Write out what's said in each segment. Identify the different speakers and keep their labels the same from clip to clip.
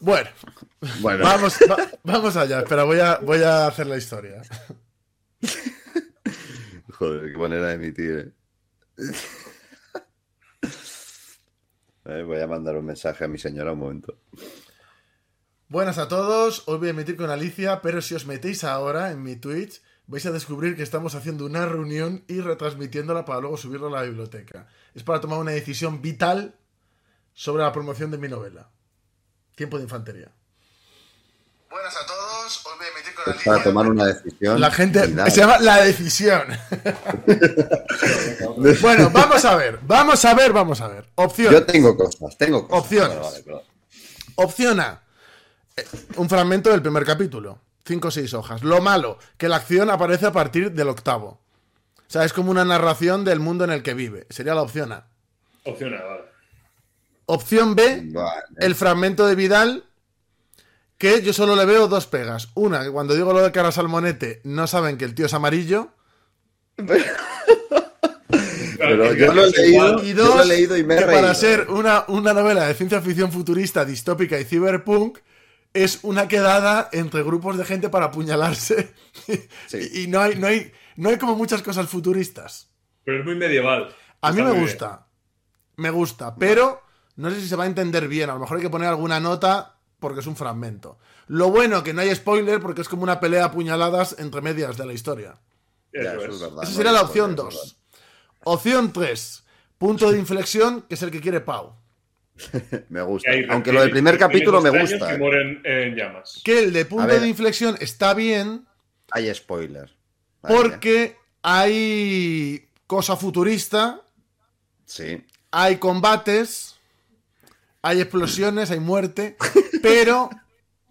Speaker 1: Bueno,
Speaker 2: Bueno,
Speaker 1: vamos, va- vamos allá. Espera, voy a, voy a hacer la historia.
Speaker 2: joder, qué manera de emitir. ¿eh? A ver, Eh, voy a mandar un mensaje a mi señora un momento.
Speaker 1: Buenas a todos, hoy voy a emitir con Alicia, pero si os metéis ahora en mi Twitch, vais a descubrir que estamos haciendo una reunión y retransmitiéndola para luego subirla a la biblioteca. Es para tomar una decisión vital sobre la promoción de mi novela. Tiempo de infantería. Buenas a todos, hoy voy a emitir con
Speaker 2: Es para tomar una decisión.
Speaker 1: La gente
Speaker 2: y nada.
Speaker 1: se llama la decisión. bueno, vamos a ver, vamos a ver, vamos a ver. Opción.
Speaker 2: Yo tengo cosas, tengo cosas.
Speaker 1: Opciones.
Speaker 2: Vale, vale, perdón.
Speaker 1: Opción A. eh, Un fragmento del primer capítulo. Cinco o seis hojas. Lo malo, que la acción aparece a partir del octavo. O sea, es como una narración del mundo en el que vive. Sería la opción A.
Speaker 3: Opción A, vale.
Speaker 1: Opción B,
Speaker 2: Vale.
Speaker 1: el fragmento de Vidal, que yo solo le veo dos pegas. Una, que cuando digo lo de cara salmonete, no saben que el tío es amarillo.
Speaker 2: Pero
Speaker 3: Claro,
Speaker 2: yo lo he
Speaker 3: igual,
Speaker 2: leído.
Speaker 1: Y
Speaker 2: Yo
Speaker 1: dos,
Speaker 2: lo he leído y me he
Speaker 1: que para
Speaker 2: reído.
Speaker 1: ser una, una novela de ciencia ficción futurista, distópica y cyberpunk, es una quedada entre grupos de gente para apuñalarse.
Speaker 2: Sí.
Speaker 1: Y, y no, hay, no, hay, no hay como muchas cosas futuristas.
Speaker 3: Pero es muy medieval.
Speaker 1: A mí me
Speaker 3: Está muy
Speaker 1: gusta. Me gusta, pero no sé si se va a entender bien. A lo mejor hay que poner alguna nota porque es un fragmento. Lo bueno que no hay spoiler porque es como una pelea a puñaladas entre medias de la historia.
Speaker 3: bien.
Speaker 2: Ya,
Speaker 3: Eso
Speaker 2: eso es
Speaker 3: es.
Speaker 1: Esa
Speaker 2: verdad, Ah, no
Speaker 1: sería la
Speaker 2: hay
Speaker 1: opción
Speaker 2: spoilers, es
Speaker 1: 2. Opción 3. Punto de inflexión, que es el que quiere Pau.
Speaker 2: verdad. Me gusta.
Speaker 3: Que hay
Speaker 2: Aunque lo del primer
Speaker 3: reptiles
Speaker 2: capítulo me
Speaker 3: extraños
Speaker 2: gusta.
Speaker 3: Que
Speaker 2: ¿eh?
Speaker 3: mueren en llamas.
Speaker 1: Que el de punto
Speaker 2: ver.
Speaker 1: de inflexión está bien
Speaker 2: Hay spoiler. Vale,
Speaker 1: porque hay cosa futurista,
Speaker 2: Sí.
Speaker 1: hay combates, hay explosiones, hay muerte, pero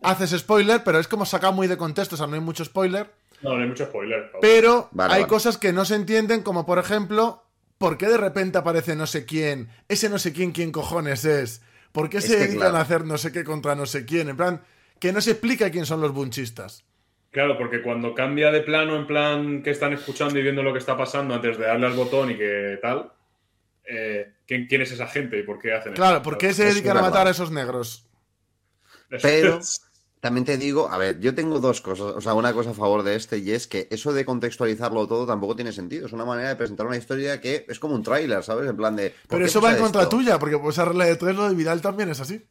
Speaker 1: haces spoiler, pero es como sacado muy de contexto, o sea, no hay mucho spoiler,
Speaker 3: No, no hay mucho spoiler. Pau.
Speaker 1: pero
Speaker 2: Vale,
Speaker 1: hay
Speaker 2: vale.
Speaker 1: cosas que no se entienden, como por ejemplo, ¿por qué de repente aparece no sé quién? Ese no sé quién, quién cojones es. ¿Por qué
Speaker 2: Es
Speaker 1: se
Speaker 2: que,
Speaker 1: dedican
Speaker 2: claro.
Speaker 1: a hacer no sé qué contra no sé quién? En plan, que no se explica quién son los bunchistas.
Speaker 3: Claro, porque cuando cambia de plano, en plan que están escuchando y viendo lo que está pasando antes de darle al botón y que tal, eh, ¿quién, quién es esa gente y por qué hacen eso?
Speaker 1: Claro, ¿por qué se
Speaker 2: Eso es
Speaker 1: dedican a
Speaker 2: verdad.
Speaker 1: matar a esos negros?
Speaker 3: Eso
Speaker 2: Pero
Speaker 3: es.
Speaker 2: también te digo, a ver, yo tengo dos cosas, o sea, una cosa a favor de este y es que eso de contextualizarlo todo tampoco tiene sentido. Es una manera de presentar una historia que es como un tráiler, ¿sabes? En plan de. ¿por
Speaker 1: Pero
Speaker 2: qué
Speaker 1: eso va en
Speaker 2: pasa
Speaker 1: contra
Speaker 2: esto?
Speaker 1: tuya, porque por esa regla de tres lo de Vidal también es así.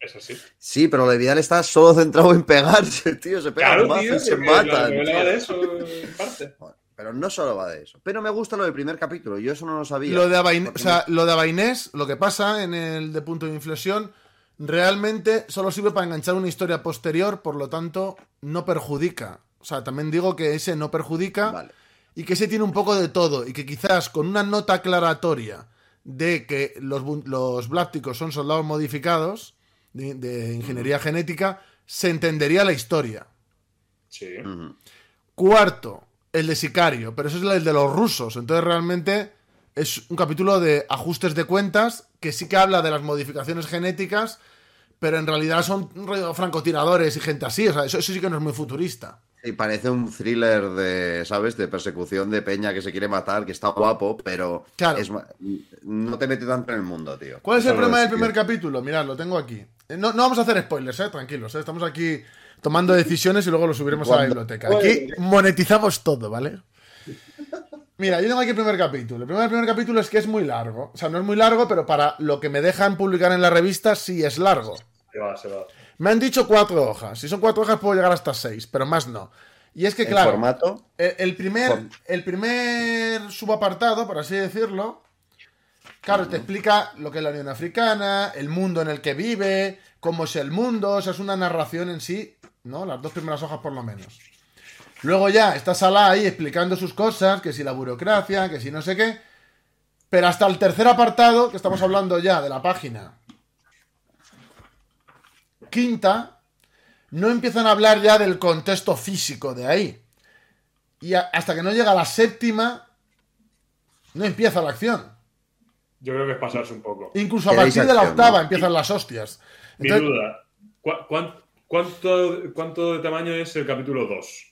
Speaker 3: Es así.
Speaker 2: Sí, pero la de Vidal está solo centrado en pegarse, tío. Se pegan
Speaker 3: Claro,
Speaker 2: más
Speaker 3: tío,
Speaker 2: y se
Speaker 3: porque la
Speaker 2: matan.
Speaker 3: novela
Speaker 2: tío.
Speaker 3: va de eso, en parte.
Speaker 2: Bueno, Pero no solo va de eso. Pero me gusta lo del primer capítulo, yo eso no lo sabía.
Speaker 1: Lo de, Abain-
Speaker 2: Porque
Speaker 1: o sea, lo de Abainés, lo que pasa en el de punto de inflexión, realmente solo sirve para enganchar una historia posterior, por lo tanto, no perjudica. O sea, también digo que ese no perjudica
Speaker 2: Vale.
Speaker 1: y que ese tiene un poco de todo y que quizás con una nota aclaratoria de que los, bun- los blácticos son soldados modificados de, de ingeniería genética, se entendería la historia.
Speaker 3: Sí.
Speaker 2: Ujú.
Speaker 1: Cuarto, el de Sicario, pero eso es el de los rusos. Entonces realmente es un capítulo de ajustes de cuentas que sí que habla de las modificaciones genéticas, pero en realidad son rollo francotiradores y gente así. O sea, eso, eso sí que no es muy futurista.
Speaker 2: Sí, parece un thriller de, ¿sabes? De persecución de peña que se quiere matar, que está guapo, pero
Speaker 1: Claro.
Speaker 2: es ma- no te mete tanto en el mundo, tío.
Speaker 1: ¿Cuál es el
Speaker 2: Eso
Speaker 1: problema del
Speaker 2: sí.
Speaker 1: primer capítulo? Mirad, lo tengo aquí. Eh, No, no vamos a hacer spoilers, eh, tranquilos. eh, Estamos aquí tomando decisiones y luego lo subiremos a la
Speaker 2: Cuando-
Speaker 1: biblioteca. Aquí monetizamos todo, ¿vale? Mira, yo tengo aquí el primer capítulo. El primer, primer capítulo es que es muy largo. O sea, no es muy largo, pero para lo que me dejan publicar en la revista sí es largo.
Speaker 3: Se va, se va.
Speaker 1: Me han dicho cuatro hojas. Si son cuatro hojas puedo llegar hasta seis, pero más no. Y es que,
Speaker 2: El
Speaker 1: claro,
Speaker 2: formato.
Speaker 1: el, Eh, el primer,
Speaker 2: Form-
Speaker 1: el primer subapartado, por así decirlo, claro, te explica lo que es la Unión Africana, el mundo en el que vive, cómo es el mundo, o sea, es una narración en sí, ¿no? Las dos primeras hojas por lo menos. Luego ya está Salah ahí explicando sus cosas, que si la burocracia, que si no sé qué. Pero hasta el tercer apartado, que estamos hablando ya de la página quinta, no empiezan a hablar ya del contexto físico de ahí. Y a- hasta que no llega la séptima, no empieza la acción.
Speaker 3: Yo creo que es pasarse un poco.
Speaker 1: Incluso a
Speaker 2: Queréis
Speaker 1: partir de la
Speaker 2: acción,
Speaker 1: octava
Speaker 2: ¿no?
Speaker 1: empiezan las hostias.
Speaker 3: Mi
Speaker 1: Entonces,
Speaker 3: duda, ¿cu- cuán- cuánto, cuánto de tamaño es el capítulo 2?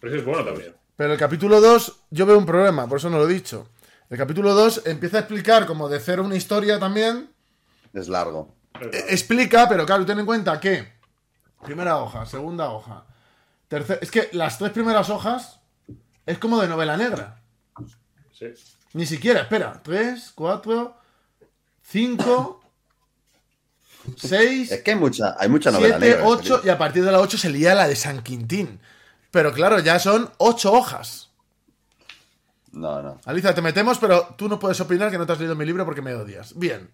Speaker 3: Pero ese es bueno también.
Speaker 1: pero el capítulo 2, yo veo un problema, por eso no lo he dicho. El capítulo 2 empieza a explicar como de cero una historia también,
Speaker 2: Es largo.
Speaker 1: Eh, Explica, pero claro, ten en cuenta que primera hoja, segunda hoja, tercera. Es que las tres primeras hojas es como de novela negra.
Speaker 3: Sí.
Speaker 1: Ni siquiera, espera. Tres, cuatro, cinco, seis,
Speaker 2: Es que hay mucha, hay mucha novela
Speaker 1: 7,
Speaker 2: negra.
Speaker 1: 8
Speaker 2: tío.
Speaker 1: y a partir de la 8 se lía la de San Quintín. Pero claro, ya son 8 hojas.
Speaker 2: No, no.
Speaker 1: Alicia, te metemos, pero tú no puedes opinar que no te has leído mi libro porque me odias. Bien.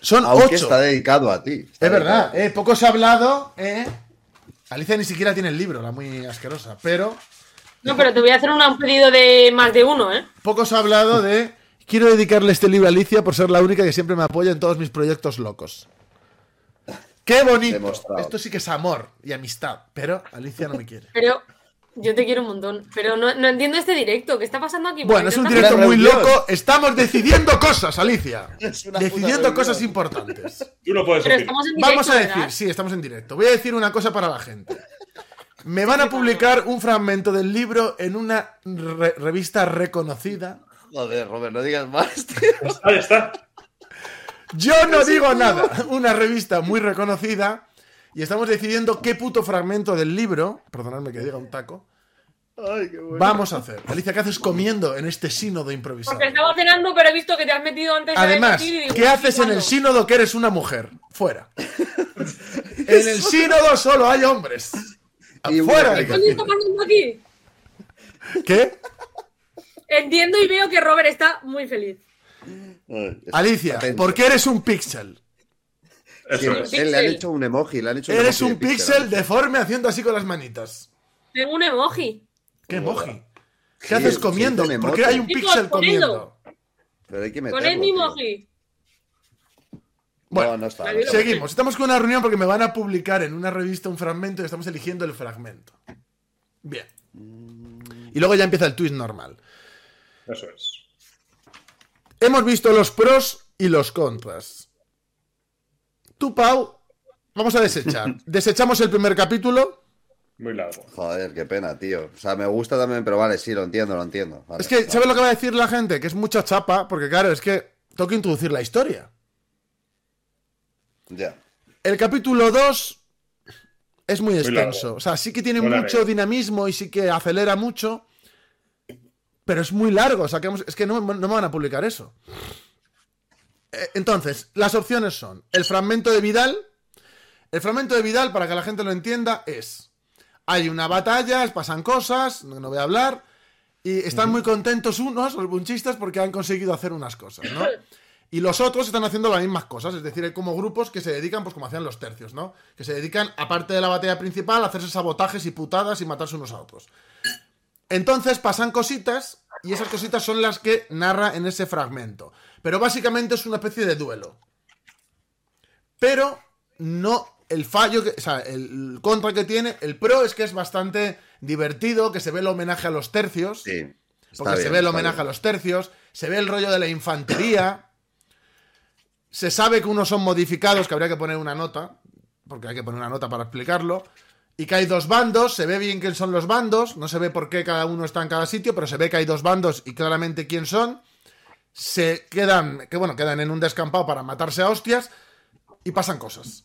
Speaker 1: Son 8.
Speaker 2: Aunque está dedicado a ti. Está
Speaker 1: Es verdad,
Speaker 2: dedicado.
Speaker 1: eh, poco se ha hablado. eh. Alicia ni siquiera tiene el libro, la muy asquerosa. Pero
Speaker 4: No, pero te voy a hacer una- un pedido de más de uno, ¿eh?
Speaker 1: poco se ha hablado de... Quiero dedicarle este libro a Alicia por ser la única que siempre me apoya en todos mis proyectos locos. ¡Qué bonito!
Speaker 2: Demostrado.
Speaker 1: Esto sí que es amor y amistad. Pero Alicia no me quiere.
Speaker 4: Pero yo te quiero un montón. Pero no, no entiendo este directo. ¿Qué está pasando aquí?
Speaker 1: Bueno, es
Speaker 4: Porque
Speaker 1: un
Speaker 4: no
Speaker 1: directo
Speaker 2: Una
Speaker 1: muy
Speaker 2: reunión.
Speaker 1: loco. Estamos decidiendo cosas, Alicia.
Speaker 2: Es una puta
Speaker 1: Decidiendo
Speaker 2: reunión.
Speaker 1: cosas importantes.
Speaker 3: Tú no puedes opinar.
Speaker 4: estamos- Pero estamos en directo,
Speaker 1: Vamos a decir,
Speaker 4: ¿verdad?
Speaker 1: sí, estamos en directo. Voy a decir una cosa para la gente. Me van a publicar un fragmento del libro en una re- revista reconocida.
Speaker 2: Joder, Robert, no digas más, tío.
Speaker 3: Ya está, ya está.
Speaker 1: Yo no digo nada. Una revista muy reconocida. Y estamos decidiendo qué puto fragmento del libro, perdonadme que diga un taco,
Speaker 2: Ay, qué bueno.
Speaker 1: vamos a hacer. Alicia, ¿qué haces comiendo en este sínodo improvisado?
Speaker 4: Porque estaba cenando, pero he visto que te has metido antes de
Speaker 1: Además,
Speaker 4: venir y digo,
Speaker 1: ¿qué haces en el
Speaker 4: ¿cuándo?
Speaker 1: sínodo que eres una mujer? Fuera. En el sínodo solo hay hombres.
Speaker 2: Y una
Speaker 1: Fuera.
Speaker 2: aplicación.
Speaker 4: ¿Qué está pasando aquí?
Speaker 1: ¿Qué?
Speaker 4: Entiendo y veo que Robert está muy feliz.
Speaker 2: Ay, Eh, es-
Speaker 1: Alicia,
Speaker 2: Atento.
Speaker 1: ¿por qué eres un pixel?
Speaker 2: Sí,
Speaker 3: Eso
Speaker 2: él
Speaker 3: es.
Speaker 4: pixel.
Speaker 2: le han hecho un emoji, le han hecho
Speaker 1: Eres
Speaker 2: emoji
Speaker 1: un
Speaker 2: de
Speaker 1: pixel deforme haciendo así con las manitas.
Speaker 4: Tengo un emoji.
Speaker 1: ¿Qué emoji? ¿Qué
Speaker 2: Sí,
Speaker 1: haces
Speaker 2: sí,
Speaker 1: comiendo?
Speaker 2: es un
Speaker 1: ¿Por qué hay un
Speaker 4: emoji.
Speaker 1: pixel
Speaker 4: Chicos, ponedlo.
Speaker 1: comiendo?
Speaker 2: Pero hay que meterlo.
Speaker 4: Poned mi
Speaker 2: tío.
Speaker 4: emoji.
Speaker 1: Bueno,
Speaker 2: no, no está.
Speaker 4: Vale,
Speaker 2: no está.
Speaker 4: luego-
Speaker 1: Seguimos. Estamos con una reunión porque me van a publicar en una revista un fragmento y estamos eligiendo el fragmento. Bien. Y luego ya empieza el twist normal.
Speaker 3: Eso es.
Speaker 1: Hemos visto los pros y los contras. Tú, Pau, vamos a desechar. Desechamos el primer capítulo.
Speaker 3: Muy largo.
Speaker 2: Joder, qué pena, tío. O sea, me gusta también, pero vale, sí, lo entiendo, lo entiendo. Vale,
Speaker 1: Es que,
Speaker 2: vale.
Speaker 1: ¿sabes lo que va a decir la gente? Que es mucha chapa, porque claro, es que tengo que introducir la historia.
Speaker 2: Ya.
Speaker 1: El capítulo 2 es muy
Speaker 3: largo.
Speaker 1: extenso. O sea, sí que tiene
Speaker 3: Muy largo.
Speaker 1: mucho dinamismo y sí que acelera mucho. Pero es muy largo. O sea, que hemos- es que no, no me van a publicar eso. Eh, Entonces, las opciones son el fragmento de Vidal. El fragmento de Vidal, para que la gente lo entienda, es. Hay una batalla, pasan cosas, no no voy a hablar. Y están muy contentos unos, los bunchistas, porque han conseguido hacer unas cosas, ¿no? Y los otros están haciendo las mismas cosas, es decir, hay como grupos que se dedican, pues como hacían los tercios, ¿no? Que se dedican, aparte de la batalla principal, a hacerse sabotajes y putadas y matarse unos a otros. Entonces pasan cositas y esas cositas son las que narra en ese fragmento. Pero básicamente es una especie de duelo. Pero no el fallo, que, o sea, el contra que tiene, el pro es que es bastante divertido, que se ve el homenaje a los tercios.
Speaker 2: Sí. está
Speaker 1: Porque se
Speaker 2: bien,
Speaker 1: ve el
Speaker 2: está
Speaker 1: homenaje a
Speaker 2: bien.
Speaker 1: los tercios, se ve el rollo de la infantería, se sabe que unos son modificados, que habría que poner una nota, porque hay que poner una nota para explicarlo, y que hay dos bandos, se ve bien quién son los bandos, no se ve por qué cada uno está en cada sitio, pero se ve que hay dos bandos y claramente quién son, se quedan, que bueno, quedan en un descampado para matarse a hostias, y pasan cosas.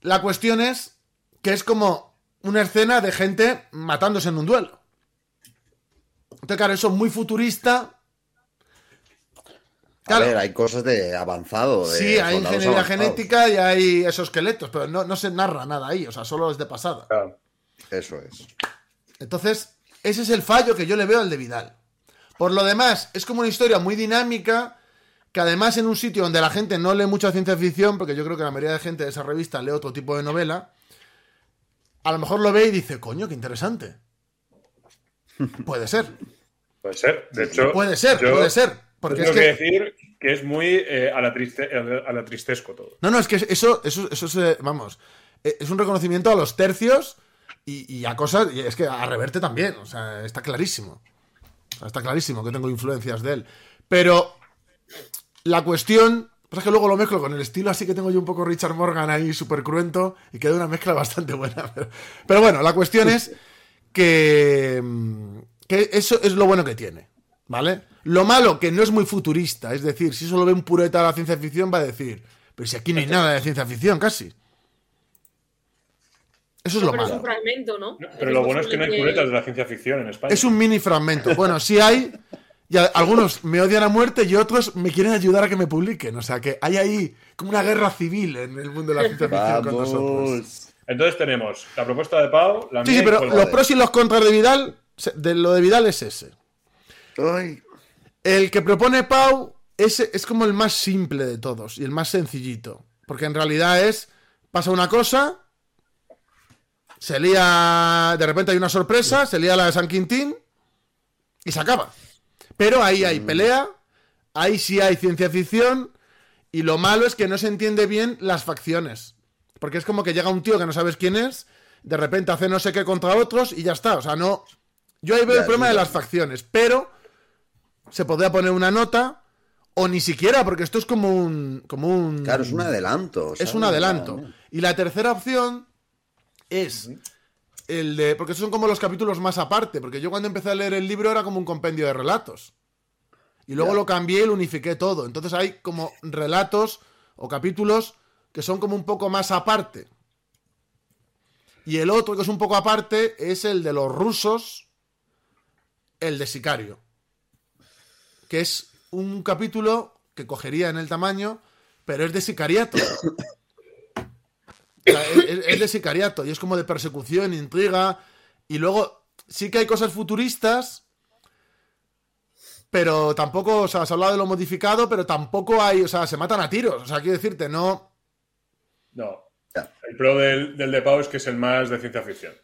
Speaker 1: La cuestión es que es como una escena de gente matándose en un duelo. Entonces, claro, eso es muy futurista.
Speaker 2: A
Speaker 1: Claro,
Speaker 2: ver, hay cosas de avanzado. De
Speaker 1: sí, hay
Speaker 2: soldados
Speaker 1: ingeniería
Speaker 2: pues, avanzados.
Speaker 1: genética y hay esos esqueletos, pero no, no se narra nada ahí, o sea, solo es de pasada.
Speaker 3: Claro.
Speaker 2: Eso es.
Speaker 1: Entonces, ese es el fallo que yo le veo al de Vidal. Por lo demás, es como una historia muy dinámica, que además en un sitio donde la gente no lee mucha ciencia ficción, porque yo creo que la mayoría de gente de esa revista lee otro tipo de novela, a lo mejor lo ve y dice, coño, qué interesante. Puede ser,
Speaker 3: Puede ser. De hecho,
Speaker 1: puede ser,
Speaker 3: yo
Speaker 1: puede ser. Porque
Speaker 3: tengo
Speaker 1: es
Speaker 3: que...
Speaker 1: que...
Speaker 3: decir que es muy eh, a, la triste- a la- a la tristesco todo.
Speaker 1: No, no, es que eso, eso, eso se- vamos, eh, es un reconocimiento a los tercios y, y a cosas, y es que a Reverte también, o sea, está clarísimo. O sea, está clarísimo que tengo influencias de él. Pero la cuestión, pues es que luego lo mezclo con el estilo, así que tengo yo un poco Richard Morgan ahí súper cruento y queda una mezcla bastante buena. Pero, pero bueno, la cuestión es que, mm, que eso es lo bueno que tiene, ¿vale? Lo malo, que no es muy futurista, es decir, si solo ve un pureta de la ciencia ficción, va a decir, Pero si aquí no hay nada de ciencia ficción, casi. Eso es lo
Speaker 4: pero es
Speaker 1: malo.
Speaker 4: un fragmento, ¿no?
Speaker 3: No, Pero lo bueno es que no hay culetas de la ciencia ficción en España.
Speaker 1: Es un mini fragmento. Bueno, sí hay. Y a- algunos me odian a muerte y otros me quieren ayudar a que me publiquen. O sea que hay ahí como una guerra civil en el mundo de la ciencia ficción con nosotros.
Speaker 2: Vamos.
Speaker 3: Entonces tenemos la propuesta de Pau, la
Speaker 1: Sí,
Speaker 3: mía
Speaker 1: sí,
Speaker 3: y
Speaker 1: pero
Speaker 3: Juan
Speaker 1: los
Speaker 3: Gómez.
Speaker 1: pros y los contras de Vidal, se- de lo de Vidal es ese.
Speaker 2: Ay.
Speaker 1: El que propone Pau es, es como el más simple de todos y el más sencillito. Porque en realidad es, pasa una cosa, se lía, de repente hay una sorpresa, se lía la de San Quintín y se acaba. Pero ahí
Speaker 2: Mm.
Speaker 1: hay pelea, ahí sí hay ciencia ficción y lo malo es que no se entiende bien las facciones. Porque es como que llega un tío que no sabes quién es, de repente hace no sé qué contra otros y ya está. O sea, no... Yo ahí veo
Speaker 2: Ya,
Speaker 1: el problema
Speaker 2: sí,
Speaker 1: de
Speaker 2: ya.
Speaker 1: las facciones, pero se podría poner una nota o ni siquiera, porque esto es como un, como un
Speaker 2: Claro, es un adelanto.
Speaker 1: Mm. es
Speaker 2: ¿sabes?
Speaker 1: un adelanto. Y la tercera opción es el de. Porque estos son como los capítulos más aparte. Porque yo cuando empecé a leer el libro era como un compendio de relatos. Y luego
Speaker 2: Ya.
Speaker 1: lo cambié y lo unifiqué todo. Entonces hay como relatos o capítulos que son como un poco más aparte. Y el otro que es un poco aparte es el de los rusos, el de Sicario. Que es un capítulo que cogería en el tamaño, pero es de sicariato. O sea, es, es- es de sicariato y es como de persecución, intriga. Y luego sí que hay cosas futuristas, pero tampoco, o sea, se ha hablado de lo modificado, pero tampoco hay, o sea, se matan a tiros. O sea, quiero decirte, no.
Speaker 3: No.
Speaker 2: Ya.
Speaker 3: El pro del, del de Pau es que es el más de ciencia ficción.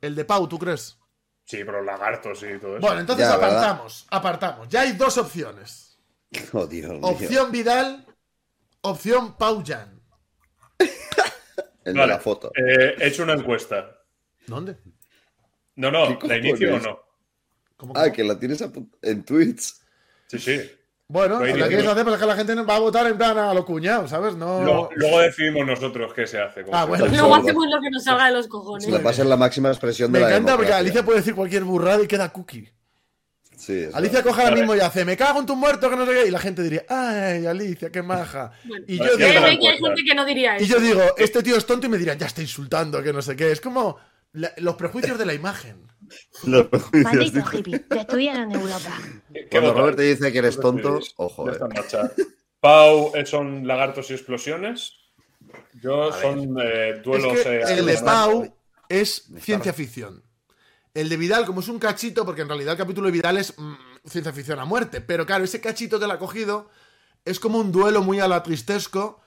Speaker 1: El de Pau, ¿tú crees?
Speaker 3: Sí, pero los lagartos y todo eso.
Speaker 1: Bueno, entonces
Speaker 2: Ya, ¿verdad?
Speaker 1: apartamos, apartamos. Ya hay dos opciones.
Speaker 2: Oh, Dios mío.
Speaker 1: Opción Vidal, opción Pau Jan.
Speaker 2: El de
Speaker 3: Vale.
Speaker 2: la foto.
Speaker 3: Eh, he hecho una encuesta.
Speaker 1: ¿Dónde?
Speaker 3: No,
Speaker 2: ¿Qué
Speaker 3: no, la
Speaker 2: cojones?
Speaker 3: inicio o no.
Speaker 1: ¿Cómo,
Speaker 2: Ah,
Speaker 1: cómo?
Speaker 2: que la tienes apu- en Twitch.
Speaker 3: Sí, sí.
Speaker 1: Bueno,
Speaker 3: Lo he
Speaker 1: si la
Speaker 3: dicho.
Speaker 1: quieres hacer para que la gente no va a votar en plan a lo cuñado, ¿sabes? No.
Speaker 3: Luego, luego decidimos nosotros qué se hace. con
Speaker 1: Ah,
Speaker 3: todo
Speaker 1: bueno.
Speaker 3: esto.
Speaker 4: Luego hacemos lo que nos salga de los cojones.
Speaker 2: Se la pasa en la máxima expresión
Speaker 1: Me
Speaker 2: de la
Speaker 1: encanta porque
Speaker 2: democracia.
Speaker 1: Alicia puede decir cualquier burrada y queda cookie.
Speaker 2: Sí, es
Speaker 1: Alicia coge ahora
Speaker 3: Vale.
Speaker 1: mismo y hace, me cago en tu muerto, que no sé qué. Y la gente diría, ay, Alicia, qué maja.
Speaker 4: Bueno,
Speaker 1: Y
Speaker 3: vale,
Speaker 1: yo
Speaker 4: Yo
Speaker 3: cierra
Speaker 1: digo,
Speaker 3: la
Speaker 4: creo que hay
Speaker 3: puerta.
Speaker 4: gente que no diría
Speaker 1: y
Speaker 4: eso.
Speaker 1: yo digo, este tío es tonto y me dirán, ya está insultando, que no sé qué. Es como la- los prejuicios de la imagen.
Speaker 2: verdad. Los prejuicios,
Speaker 5: Maldito
Speaker 2: dice.
Speaker 5: hippie, destruyeron Europa.
Speaker 3: ¿Qué- qué
Speaker 2: Cuando
Speaker 3: votáis?
Speaker 2: Robert te dice que eres tonto, ojo.
Speaker 3: Ya
Speaker 2: eh.
Speaker 3: está en marcha. Pau eh, son lagartos y explosiones. Yo
Speaker 2: A ver.
Speaker 3: son eh, duelos.
Speaker 1: Es que
Speaker 3: eh,
Speaker 1: el de
Speaker 3: alemanes.
Speaker 1: Pau es
Speaker 2: Me está-
Speaker 1: ciencia ficción. El de Vidal, como es un cachito, porque en realidad el capítulo de Vidal es mm, ciencia ficción a muerte, pero claro, ese cachito que le ha cogido es como un duelo muy a la tristesco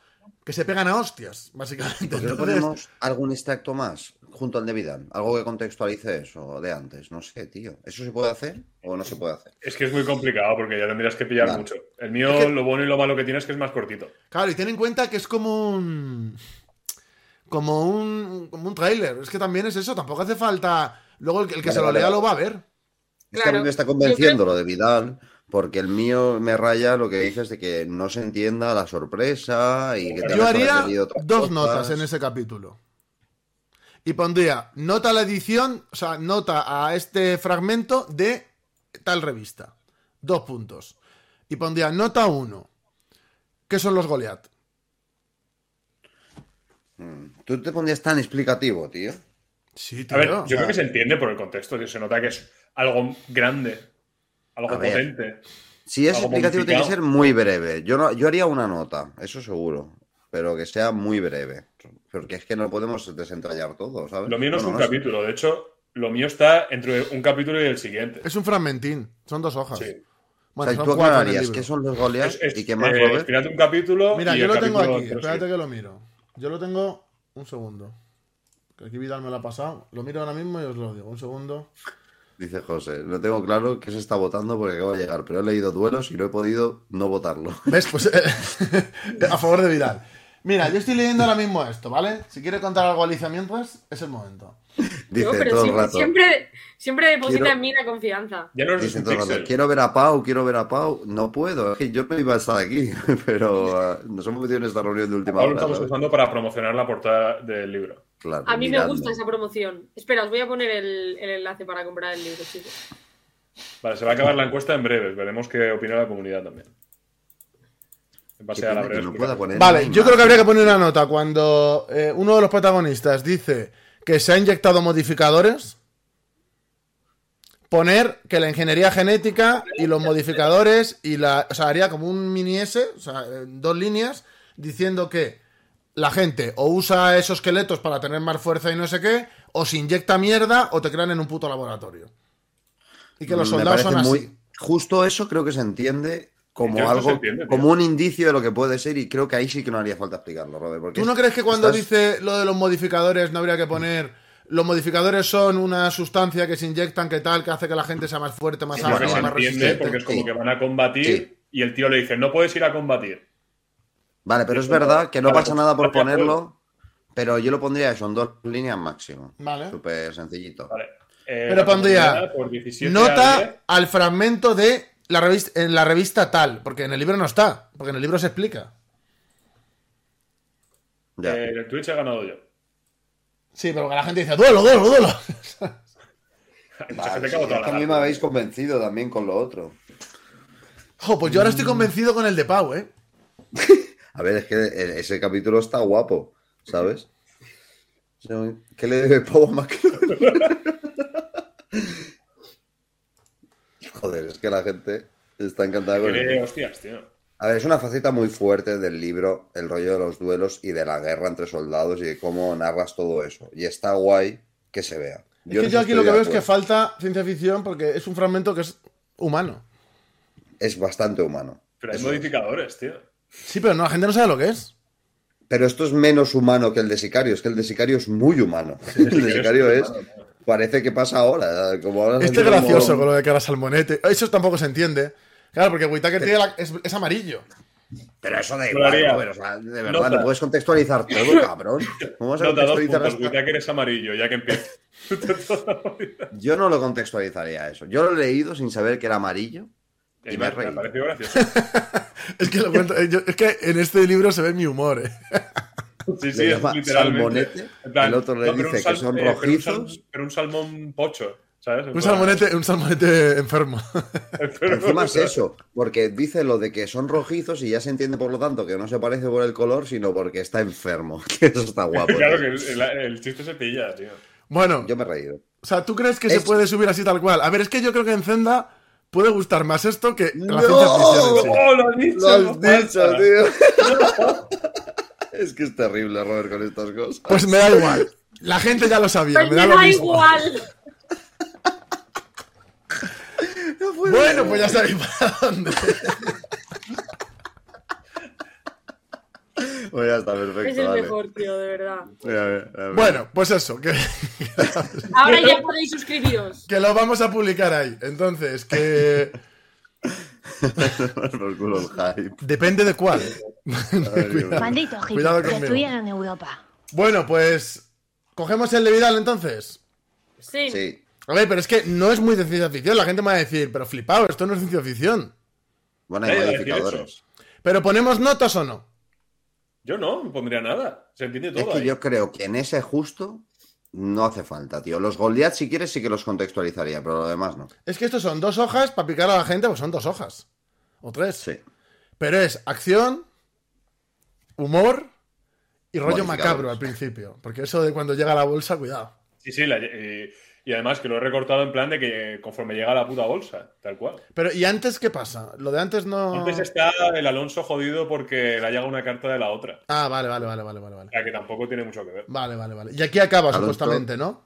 Speaker 1: que se pegan a hostias, básicamente.
Speaker 3: Pues
Speaker 2: ¿Por qué no
Speaker 1: Entonces,
Speaker 2: ponemos algún extracto más junto al de Vidal? Algo que contextualice eso de antes. No sé, tío. ¿Eso se puede hacer o no se puede hacer?
Speaker 3: Es que es muy complicado porque ya tendrías que pillar
Speaker 2: Vale.
Speaker 3: mucho. El mío,
Speaker 1: Es que-
Speaker 3: lo bueno y lo malo que tiene es que es más cortito.
Speaker 1: Claro, y ten en cuenta que es como un. Como un. Como un tráiler. Es que también es eso, tampoco hace falta. Luego el, que- el que
Speaker 2: Vale,
Speaker 1: se lo
Speaker 2: vale,
Speaker 1: lea
Speaker 2: vale.
Speaker 1: lo va a ver.
Speaker 2: Es que a
Speaker 4: Claro.
Speaker 2: mí me está
Speaker 4: Yo
Speaker 2: convenciendo lo de Vidal, porque el mío me raya lo que dices de que no se entienda la sorpresa y que
Speaker 3: Yo
Speaker 1: Yo
Speaker 2: tengas
Speaker 1: haría
Speaker 2: aprendido otras
Speaker 1: dos
Speaker 2: cosas.
Speaker 1: notas en ese capítulo. Y pondría nota a la edición, o sea, nota a este fragmento de tal revista. Dos puntos. Y pondría nota uno. ¿Qué son los Goliath?
Speaker 2: Tú te pondrías tan explicativo, tío.
Speaker 1: Sí,
Speaker 3: A ver,
Speaker 1: tío.
Speaker 3: yo creo que se entiende por el contexto, que se nota que es algo grande, algo
Speaker 2: A ver.
Speaker 3: potente.
Speaker 2: Si es
Speaker 3: Algo
Speaker 2: explicativo, tiene que ser
Speaker 3: modificado.
Speaker 2: muy breve. Yo, no, yo haría una nota, eso seguro. Pero que sea muy breve. Porque es que no podemos desentrañar todo, ¿sabes?
Speaker 3: Lo mío no es
Speaker 2: Bueno,
Speaker 3: un capítulo, de hecho, lo mío está entre un capítulo y el siguiente.
Speaker 1: Es un fragmentín. Son dos hojas.
Speaker 3: Sí.
Speaker 2: O
Speaker 1: Bueno,
Speaker 2: sea,
Speaker 1: son cuatro
Speaker 2: tú
Speaker 1: en el
Speaker 2: aclararías
Speaker 1: libro.
Speaker 2: qué son los goleas
Speaker 3: Es- es,
Speaker 2: y qué más,
Speaker 3: eh,
Speaker 2: Robert.
Speaker 3: espérate un capítulo.
Speaker 1: Mira,
Speaker 3: y
Speaker 1: yo
Speaker 3: el
Speaker 1: lo tengo
Speaker 3: capítulo
Speaker 1: aquí.
Speaker 3: entre los
Speaker 1: Espérate que lo miro. Yo lo tengo. Un segundo. Que aquí Vidal me lo ha pasado. Lo miro ahora mismo y os lo digo. Un segundo.
Speaker 2: Dice José, no tengo claro qué se está votando porque acabo de llegar, pero he leído duelos y no he podido no votarlo.
Speaker 1: ¿Ves? Pues eh, a favor de Vidal. Mira, yo estoy leyendo ahora mismo esto, ¿vale? Si quiere contar algo Alicia mientras, es el momento.
Speaker 2: Dice
Speaker 4: No, pero
Speaker 2: todo el
Speaker 4: siempre,
Speaker 2: rato.
Speaker 4: siempre, siempre deposita
Speaker 2: Quiero-
Speaker 4: en mí la confianza.
Speaker 3: Ya no es
Speaker 2: Dice
Speaker 3: un
Speaker 2: todo el rato,
Speaker 3: pixel.
Speaker 2: quiero ver a Pau, quiero ver a Pau. No puedo, es que yo no iba a estar aquí, pero ah, nos hemos metido en esta reunión de última
Speaker 3: Ahora lo
Speaker 2: hora.
Speaker 3: estamos
Speaker 2: ¿sabes?
Speaker 3: usando para promocionar la portada del libro.
Speaker 2: Claro,
Speaker 4: A mí me
Speaker 2: mirando.
Speaker 4: gusta esa promoción. Espera, os voy a poner el, el enlace para comprar el libro, chicos.
Speaker 3: Vale, se va a acabar la encuesta en breve. Veremos qué opina la comunidad también. en base
Speaker 2: Qué
Speaker 3: a la
Speaker 2: pena
Speaker 3: breve
Speaker 2: que no pueda
Speaker 3: explicación.
Speaker 2: poner
Speaker 1: Vale, yo
Speaker 2: una
Speaker 1: creo que
Speaker 2: imagen.
Speaker 1: habría que poner una nota. Cuando eh, uno de los protagonistas dice que se ha inyectado modificadores, poner que la ingeniería genética y los modificadores y la. O sea, haría como un mini S, o sea, en dos líneas, diciendo que la gente o usa esos esqueletos para tener más fuerza y no sé qué, o se inyecta mierda o te crean en un puto laboratorio. Y que los
Speaker 2: Mm, Me
Speaker 1: soldados son
Speaker 2: parece
Speaker 1: así.
Speaker 2: muy- Justo eso creo que se entiende como
Speaker 3: Yo eso
Speaker 2: algo,
Speaker 3: se entiende, tío.
Speaker 2: como un indicio de lo que puede ser y creo que ahí sí que no haría falta explicarlo, Robert. Porque
Speaker 1: ¿Tú no crees que cuando
Speaker 2: estás-
Speaker 1: dice lo de los modificadores no habría que poner los modificadores son una sustancia que se inyectan que tal que hace que la gente sea más fuerte, más
Speaker 2: Sí,
Speaker 3: Lo
Speaker 1: ágil,
Speaker 3: que se
Speaker 1: más
Speaker 3: entiende
Speaker 1: resistente?
Speaker 3: porque es como
Speaker 2: Sí.
Speaker 3: que van a combatir
Speaker 2: Sí.
Speaker 3: y el tío le dice, no puedes ir a combatir. Eh,
Speaker 2: Vale, pero es verdad que no
Speaker 3: Vale,
Speaker 2: pasa nada por
Speaker 3: pues, gracias,
Speaker 2: ponerlo, pero yo lo pondría eso en dos líneas máximo.
Speaker 1: Vale.
Speaker 2: Súper sencillito.
Speaker 3: Vale. Eh,
Speaker 1: Pero
Speaker 3: la
Speaker 1: pondría
Speaker 3: comunidad por 17 a 10.
Speaker 2: ¿eh?
Speaker 1: Nota al fragmento de la revista en la revista tal, porque en el libro no está, porque en el libro se explica.
Speaker 2: Ya.
Speaker 3: Eh, el Twitch he ganado yo.
Speaker 1: Sí, pero que la gente dice duelo, duelo, duelo.
Speaker 3: Hay mucha
Speaker 2: Vale,
Speaker 3: gente que
Speaker 2: sí,
Speaker 3: ha votado
Speaker 2: es que a
Speaker 3: la
Speaker 2: mí me
Speaker 3: gana.
Speaker 2: habéis convencido también con lo otro.
Speaker 1: Jo, pues yo ahora estoy convencido con el de Pau, eh.
Speaker 2: A ver, es que eh, ese capítulo está guapo, ¿sabes? ¿Qué le debe Pau a Macron? Joder, es que la gente está encantada con
Speaker 3: Eh,
Speaker 2: él.
Speaker 3: hostias, tío.
Speaker 2: A ver, es una faceta muy fuerte del libro, el rollo de los duelos y de la guerra entre soldados y de cómo narras todo eso. Y está guay que se vea.
Speaker 1: Es que
Speaker 2: no
Speaker 1: yo aquí lo que
Speaker 2: estoy de
Speaker 1: veo es que
Speaker 2: acuerdo.
Speaker 1: falta ciencia ficción porque es un fragmento que es humano.
Speaker 2: es bastante humano.
Speaker 3: Pero hay
Speaker 2: Eso es.
Speaker 3: modificadores, tío.
Speaker 1: Sí, pero no, la gente no sabe lo que es.
Speaker 2: Pero esto es menos humano que el de Sicario, es que el de Sicario es muy humano. el de Sicario es. Parece que pasa ahora. Como ahora
Speaker 1: Este es
Speaker 2: salió como-
Speaker 1: gracioso con lo de cara salmonete. Eso tampoco se entiende. Claro, porque Whittaker tiene la- es, es amarillo.
Speaker 2: Pero eso da igual,
Speaker 3: Molaría.
Speaker 2: Robert, o sea, de verdad,
Speaker 3: Nota.
Speaker 2: no puedes contextualizar todo, cabrón. ¿Cómo vas a
Speaker 3: Nota dos
Speaker 2: contextualizar
Speaker 3: puntos,
Speaker 2: hasta-
Speaker 3: que eres amarillo, ya que empieza.
Speaker 2: Yo no lo contextualizaría eso. Yo lo he leído sin saber que era amarillo.
Speaker 3: Y
Speaker 2: Y
Speaker 3: me
Speaker 2: me
Speaker 3: ha
Speaker 2: he reído.
Speaker 3: parecido gracioso.
Speaker 1: Es que, lo cuento- eh, yo- es que en este libro se ve mi humor. eh.
Speaker 3: Sí,
Speaker 2: Le
Speaker 3: sí, es
Speaker 2: llama
Speaker 3: literalmente.
Speaker 2: salmonete,
Speaker 3: En plan,
Speaker 2: el otro le
Speaker 3: pero un
Speaker 2: dice que son
Speaker 3: eh, pero un sal-
Speaker 2: rojizos.
Speaker 3: Pero un salmón pocho, ¿sabes? En
Speaker 1: Un
Speaker 3: plan-
Speaker 1: salmonete, un salmonete enfermo.
Speaker 3: Pero-
Speaker 2: Encima es eso, porque dice lo de que son rojizos y ya se entiende por lo tanto que no se parece por el color, sino porque está enfermo. Que eso está guapo.
Speaker 3: Claro
Speaker 2: tío.
Speaker 3: que el, el- el chiste se pilla, tío.
Speaker 1: Bueno,
Speaker 2: Yo me he reído.
Speaker 1: o sea, ¿tú crees que se
Speaker 2: Es-
Speaker 1: puede subir así tal cual? A ver, es que yo creo que en Zenda puede gustar más esto que la
Speaker 2: ¡No!
Speaker 1: ciencia ficción en sí.
Speaker 3: ¡Oh, lo has dicho!
Speaker 2: Lo has
Speaker 3: no
Speaker 2: dicho,
Speaker 3: pasa!
Speaker 2: tío. es que es terrible, Robert, con estas cosas.
Speaker 1: Pues me da igual. La gente ya lo sabía,
Speaker 4: Pues
Speaker 1: me
Speaker 4: me
Speaker 1: da lo
Speaker 4: da
Speaker 1: mismo.
Speaker 4: igual.
Speaker 1: Bueno, pues ya sabéis para dónde.
Speaker 2: Pues ya está, perfecto.
Speaker 4: Es el
Speaker 2: vale.
Speaker 4: mejor, tío, de verdad.
Speaker 2: Mira, mira, mira.
Speaker 1: Bueno, pues eso, que,
Speaker 4: Ahora ya podéis suscribiros.
Speaker 1: que lo vamos a publicar ahí. Entonces, que
Speaker 2: Por culo el hype.
Speaker 1: depende de cuál.
Speaker 2: Ay, Dios.
Speaker 5: Maldito hippie,
Speaker 1: Cuidado
Speaker 5: que
Speaker 1: conmigo.
Speaker 5: estuvieron en Europa.
Speaker 1: Bueno, pues. ¿Cogemos el de Vidal entonces?
Speaker 4: Sí.
Speaker 2: Sí.
Speaker 1: A ver, pero es que no es muy de ciencia ficción. La gente me va a decir, pero flipado, esto no es ciencia ficción.
Speaker 2: Bueno,
Speaker 3: Eh,
Speaker 2: hay
Speaker 3: iba a decir
Speaker 2: modificadores.
Speaker 1: ¿Pero ponemos notas o no?
Speaker 3: Yo no, no pondría nada. Se entiende
Speaker 2: Es
Speaker 3: todo.
Speaker 2: que
Speaker 3: ahí.
Speaker 2: yo creo que en ese justo no hace falta, tío. Los Goliath, si quieres, sí que los contextualizaría, pero lo demás no.
Speaker 1: Es que estos son dos hojas para picar a la gente, pues son dos hojas. O tres.
Speaker 2: Sí.
Speaker 1: Pero es acción, humor y rollo
Speaker 2: Modificadores.
Speaker 1: macabro al principio. Porque eso de cuando llega la bolsa, cuidado.
Speaker 3: Sí, sí. la- y, y además que lo he recortado en plan de que conforme llega la puta bolsa, tal cual.
Speaker 1: Pero, ¿y antes qué pasa? Lo de antes
Speaker 2: Ah.
Speaker 1: no.
Speaker 3: Antes está el Alonso jodido porque le ha llegado una carta de la otra.
Speaker 1: Ah, vale, vale, vale, vale, vale,
Speaker 3: O
Speaker 1: vale.
Speaker 3: sea, que tampoco tiene mucho que ver.
Speaker 1: Vale, vale, vale. Y aquí acaba,
Speaker 2: Alonso.
Speaker 1: supuestamente, ¿no?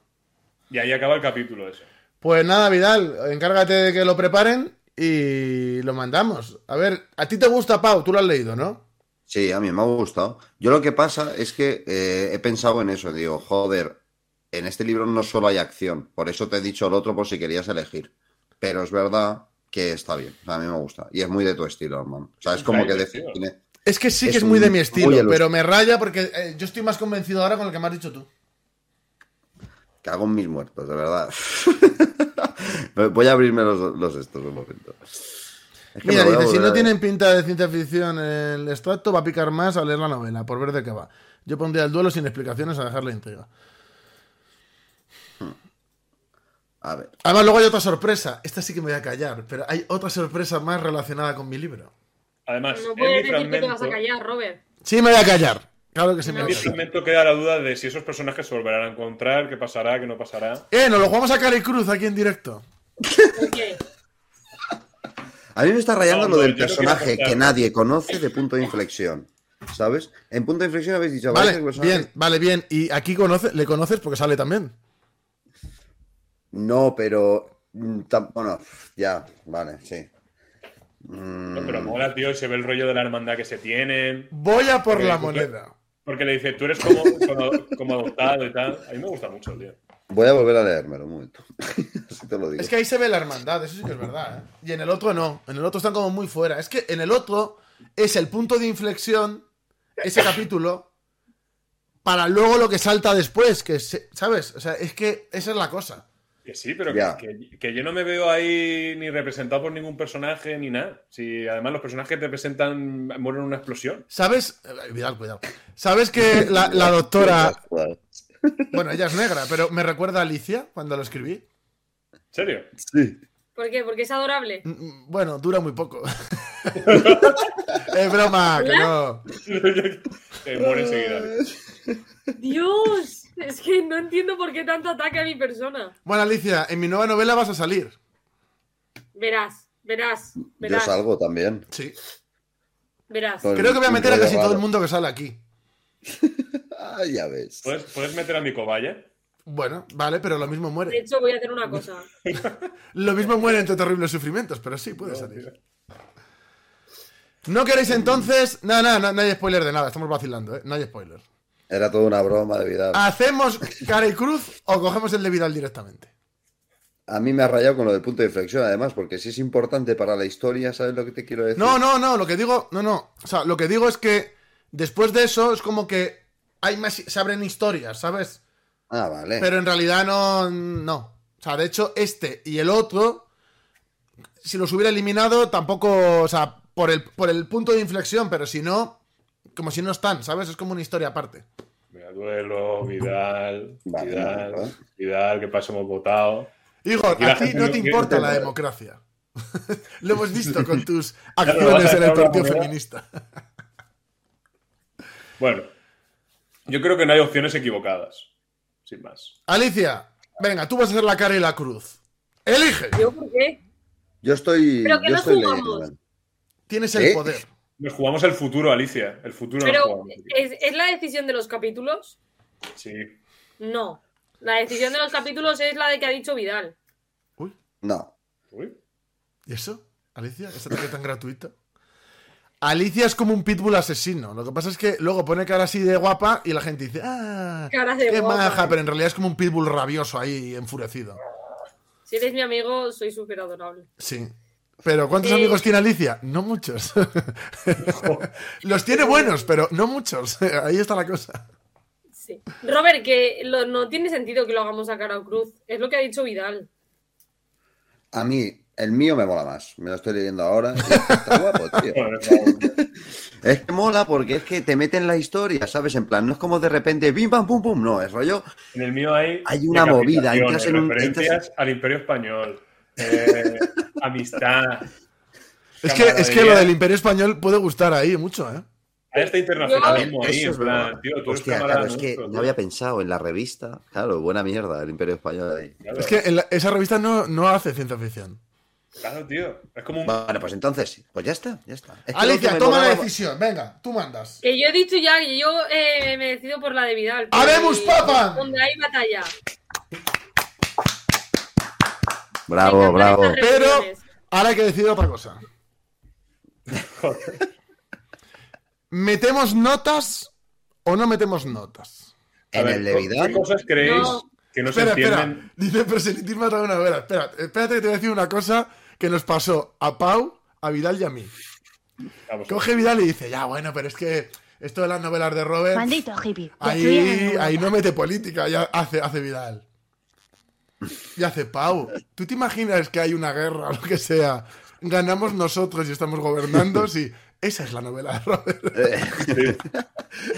Speaker 3: Y ahí acaba el capítulo ese.
Speaker 1: Pues nada, Vidal, encárgate de que lo preparen y lo mandamos. A ver, a ti te gusta Pau, tú lo has leído, ¿no?
Speaker 2: Sí, a mí me ha gustado. Yo lo que pasa es que eh, he pensado en eso. Digo, joder, en este libro no solo hay acción. Por eso te he dicho el otro por si querías elegir. Pero es verdad que está bien. O sea, a mí me gusta. Y es muy de tu estilo, hermano. O sea, es como que
Speaker 3: Increíble,
Speaker 2: decir...
Speaker 3: tío.
Speaker 1: Es que sí
Speaker 2: Es
Speaker 1: que es muy
Speaker 2: un-
Speaker 1: de mi estilo,
Speaker 2: muy elus-
Speaker 1: pero me raya porque eh, yo estoy más convencido ahora con lo que me has dicho tú.
Speaker 2: Cago en mis muertos, de verdad. voy a abrirme los, los estos un momento. Es que
Speaker 1: Mira,
Speaker 2: me voy a
Speaker 1: dice, si no
Speaker 2: volver a-
Speaker 1: tienen pinta de ciencia ficción el extracto, va a picar más a leer la novela, por ver de qué va. Yo pondría el duelo sin explicaciones a dejar la intriga.
Speaker 2: A ver.
Speaker 1: Además, luego hay otra sorpresa. Esta sí que me voy a callar, pero hay otra sorpresa más relacionada con mi libro.
Speaker 3: Además, en
Speaker 4: No
Speaker 3: mi
Speaker 4: puedes decir que te vas
Speaker 3: Pues, fragmento,
Speaker 4: a callar, Robert.
Speaker 1: Sí, me voy a callar. Claro que sí me
Speaker 3: en
Speaker 1: voy
Speaker 3: mi
Speaker 1: a callar.
Speaker 3: fragmento queda la duda de si esos personajes se volverán a encontrar, qué pasará, qué no pasará.
Speaker 1: Eh, nos lo jugamos a cara y cruz aquí en directo.
Speaker 4: ¿Por qué?
Speaker 2: A mí me está rayando lo
Speaker 3: No, no,
Speaker 2: del
Speaker 3: yo no quiero
Speaker 2: personaje
Speaker 3: contar.
Speaker 2: que nadie conoce de punto de inflexión. ¿Sabes? En punto de inflexión habéis dicho,
Speaker 1: Vale,
Speaker 2: varios personajes.
Speaker 1: bien, vale, bien. Y aquí conoce, le conoces porque sale también.
Speaker 2: No, pero. mm, tam- Bueno, ya, vale, sí. Mm,
Speaker 3: No, pero mola, tío, y se ve el rollo de la hermandad que se tienen.
Speaker 1: Voy a por
Speaker 3: Ok,
Speaker 1: la
Speaker 3: ok.
Speaker 1: moneda.
Speaker 3: Porque le dice, tú eres como, como, como adoptado y tal. A mí me gusta mucho, tío.
Speaker 2: Voy a volver a leérmelo un momento. Así te lo digo.
Speaker 1: Es que ahí se ve la hermandad, eso sí que es verdad. ¿eh? Y en el otro no, en el otro están como muy fuera. Es que en el otro es el punto de inflexión, ese capítulo, para luego lo que salta después, que se- ¿sabes? O sea, es que esa es la cosa.
Speaker 3: Que sí, pero
Speaker 2: Ya.
Speaker 3: que, que- que yo no me veo ahí ni representado por ningún personaje ni nada. Si además los personajes que te presentan mueren en una explosión.
Speaker 1: ¿Sabes? Eh, Vidal, cuidado. ¿Sabes que la, la doctora... Bueno, ella es negra, pero me recuerda a Alicia cuando lo escribí.
Speaker 3: ¿En serio?
Speaker 2: Sí.
Speaker 4: ¿Por qué? Porque es adorable.
Speaker 1: Mm, mm, Bueno, dura muy poco. es broma, que no.
Speaker 3: Eh, muere enseguida. tío.
Speaker 4: Dios, es que no entiendo por qué tanto ataque a mi persona.
Speaker 1: Bueno, Alicia, en mi nueva novela vas a salir.
Speaker 4: Verás, verás,
Speaker 2: Yo
Speaker 4: verás,
Speaker 2: salgo Pues- también.
Speaker 1: Sí.
Speaker 4: verás.
Speaker 2: Con
Speaker 1: Creo que voy a
Speaker 2: un
Speaker 1: meter a
Speaker 2: rollo
Speaker 1: casi todo
Speaker 2: raro.
Speaker 1: el mundo que sale aquí.
Speaker 2: Ah, ya ves.
Speaker 3: ¿Puedes, puedes meter a mi cobaya?
Speaker 1: Bueno, vale, pero lo mismo
Speaker 4: De
Speaker 1: muere.
Speaker 4: hecho, voy a hacer una cosa.
Speaker 1: Lo mismo muere entre terribles sufrimientos, pero sí, puede salir. ¿No queréis entonces? No, no, no, no hay spoiler de nada, estamos vacilando, ¿eh? No hay spoiler.
Speaker 2: Era toda una broma de
Speaker 1: Ah,
Speaker 2: Vidal.
Speaker 1: ¿Hacemos cara y cruz o cogemos el de Vidal directamente?
Speaker 2: A mí me ha rayado con lo del punto de inflexión, además, porque si es importante para la historia, ¿sabes lo que te quiero decir?
Speaker 1: No, no, no, lo que digo, no, no. O sea, lo que digo es que después de eso es como que hay más, se abren historias, ¿sabes?
Speaker 2: Ah, vale.
Speaker 1: Pero en realidad no, no. O sea, de hecho, este y el otro, si los hubiera eliminado, tampoco, o sea, por el, por el punto de inflexión, pero si no, como si no están, ¿sabes? Es como una historia aparte.
Speaker 3: Mira, duelo, Vidal,
Speaker 2: Vale,
Speaker 3: Vidal,
Speaker 2: vale.
Speaker 3: Vidal, que paso hemos votado.
Speaker 1: Igor,
Speaker 3: Y la
Speaker 1: a ti
Speaker 3: gente
Speaker 1: no
Speaker 3: no
Speaker 1: te
Speaker 3: quiere
Speaker 1: importa la
Speaker 2: entender.
Speaker 1: democracia. Lo hemos visto con tus
Speaker 3: pero
Speaker 1: acciones
Speaker 3: vas
Speaker 1: en
Speaker 3: a
Speaker 1: el
Speaker 3: dejar una
Speaker 1: partido
Speaker 3: moneda.
Speaker 1: feminista.
Speaker 3: Bueno, yo creo que no hay opciones equivocadas. Sin más.
Speaker 1: Alicia, venga, tú vas a hacer la cara y la cruz. Elige.
Speaker 4: ¿Yo por qué?
Speaker 2: Yo estoy.
Speaker 4: Pero que
Speaker 2: yo
Speaker 4: no
Speaker 2: estoy
Speaker 4: jugamos.
Speaker 2: leyendo.
Speaker 1: Tienes el
Speaker 2: ¿Eh?
Speaker 1: poder.
Speaker 3: Nos jugamos el futuro, Alicia. El futuro nos
Speaker 4: Pero, eh,
Speaker 3: jugamos.
Speaker 4: ¿es, es la decisión de los capítulos?
Speaker 3: Sí.
Speaker 4: No. La decisión de los capítulos es la de que ha dicho Vidal.
Speaker 1: Uy,
Speaker 2: No.
Speaker 3: Uy,
Speaker 1: ¿y eso? Alicia, ¿este ataque tan gratuito? Alicia es como un pitbull asesino. Lo que pasa es que luego pone cara así de guapa y la gente dice, ¡ah!
Speaker 4: Cara de
Speaker 1: ¡Qué
Speaker 4: guapa.
Speaker 1: maja! Pero en realidad es como un pitbull rabioso ahí, enfurecido.
Speaker 4: Si eres mi amigo, soy súper adorable.
Speaker 1: Sí. Pero ¿cuántos
Speaker 4: Eh.
Speaker 1: amigos tiene Alicia? No muchos. Los tiene buenos, pero no muchos. Ahí está la cosa.
Speaker 4: Sí. Robert, que lo- no tiene sentido que lo hagamos a cara o cruz. Es lo que ha dicho Vidal.
Speaker 2: A mí, el mío me mola más. Me lo estoy leyendo ahora. y Está guapo, tío.
Speaker 3: Bueno, no,
Speaker 2: Es que mola porque es que te meten la historia, ¿sabes? En plan, no es como de repente, bim, pam, pum, pum. No, es rollo.
Speaker 3: En el mío hay.
Speaker 2: Hay una movida, entras en un-
Speaker 3: Referencias
Speaker 2: entras
Speaker 3: al Imperio Español. eh, amistad.
Speaker 1: Es que, es que lo del Imperio Español puede gustar ahí mucho, ¿eh?
Speaker 3: Hay este internacionalismo ahí,
Speaker 2: Eso
Speaker 3: en
Speaker 2: es
Speaker 3: plan,
Speaker 2: verdad.
Speaker 3: tío, tú eres
Speaker 2: Hostia,
Speaker 3: camarada
Speaker 2: claro, es que
Speaker 3: nuestro,
Speaker 2: no había pensado en la revista. Claro, buena mierda, el Imperio Español ahí.
Speaker 3: Claro,
Speaker 1: Es que en la- esa revista no, no hace ciencia ficción.
Speaker 3: claro, tío. Es como un.
Speaker 2: Bueno, pues entonces, pues ya está, ya está. Es que lo que
Speaker 1: Alicia,
Speaker 2: me
Speaker 1: toma la
Speaker 2: molaba-
Speaker 1: decisión. Venga, tú mandas.
Speaker 4: Que yo he dicho ya que yo eh, me decido por la de Vidal. porque
Speaker 1: ¡Habemos papam!
Speaker 4: Donde hay batalla. Me
Speaker 2: Bravo,
Speaker 4: encantan
Speaker 2: bravo.
Speaker 4: estas
Speaker 1: Pero
Speaker 4: reuniones.
Speaker 1: ahora hay que decidir otra cosa. ¿Metemos notas o no metemos notas?
Speaker 3: A
Speaker 2: En
Speaker 3: ver,
Speaker 2: el de
Speaker 3: ¿qué
Speaker 2: Vidal.
Speaker 3: cosas creéis
Speaker 4: No.
Speaker 3: que no
Speaker 1: espera,
Speaker 3: se entienden?
Speaker 1: espera. Dice proselitismo a través de una novela. Espera, espérate que te voy a decir una cosa que nos pasó a Pau, a Vidal y a mí.
Speaker 3: Vamos,
Speaker 1: Coge Vidal y dice, ya bueno, pero es que esto de las novelas de Robert,
Speaker 5: Maldito hippie. destruyan
Speaker 1: Eh, ahí,
Speaker 5: Europa.
Speaker 1: ahí no mete política, ya hace, hace Vidal. Y hace Pau. ¿Tú te imaginas que hay una guerra o lo que sea? Ganamos nosotros y estamos gobernando, sí. Esa es la novela de Robert.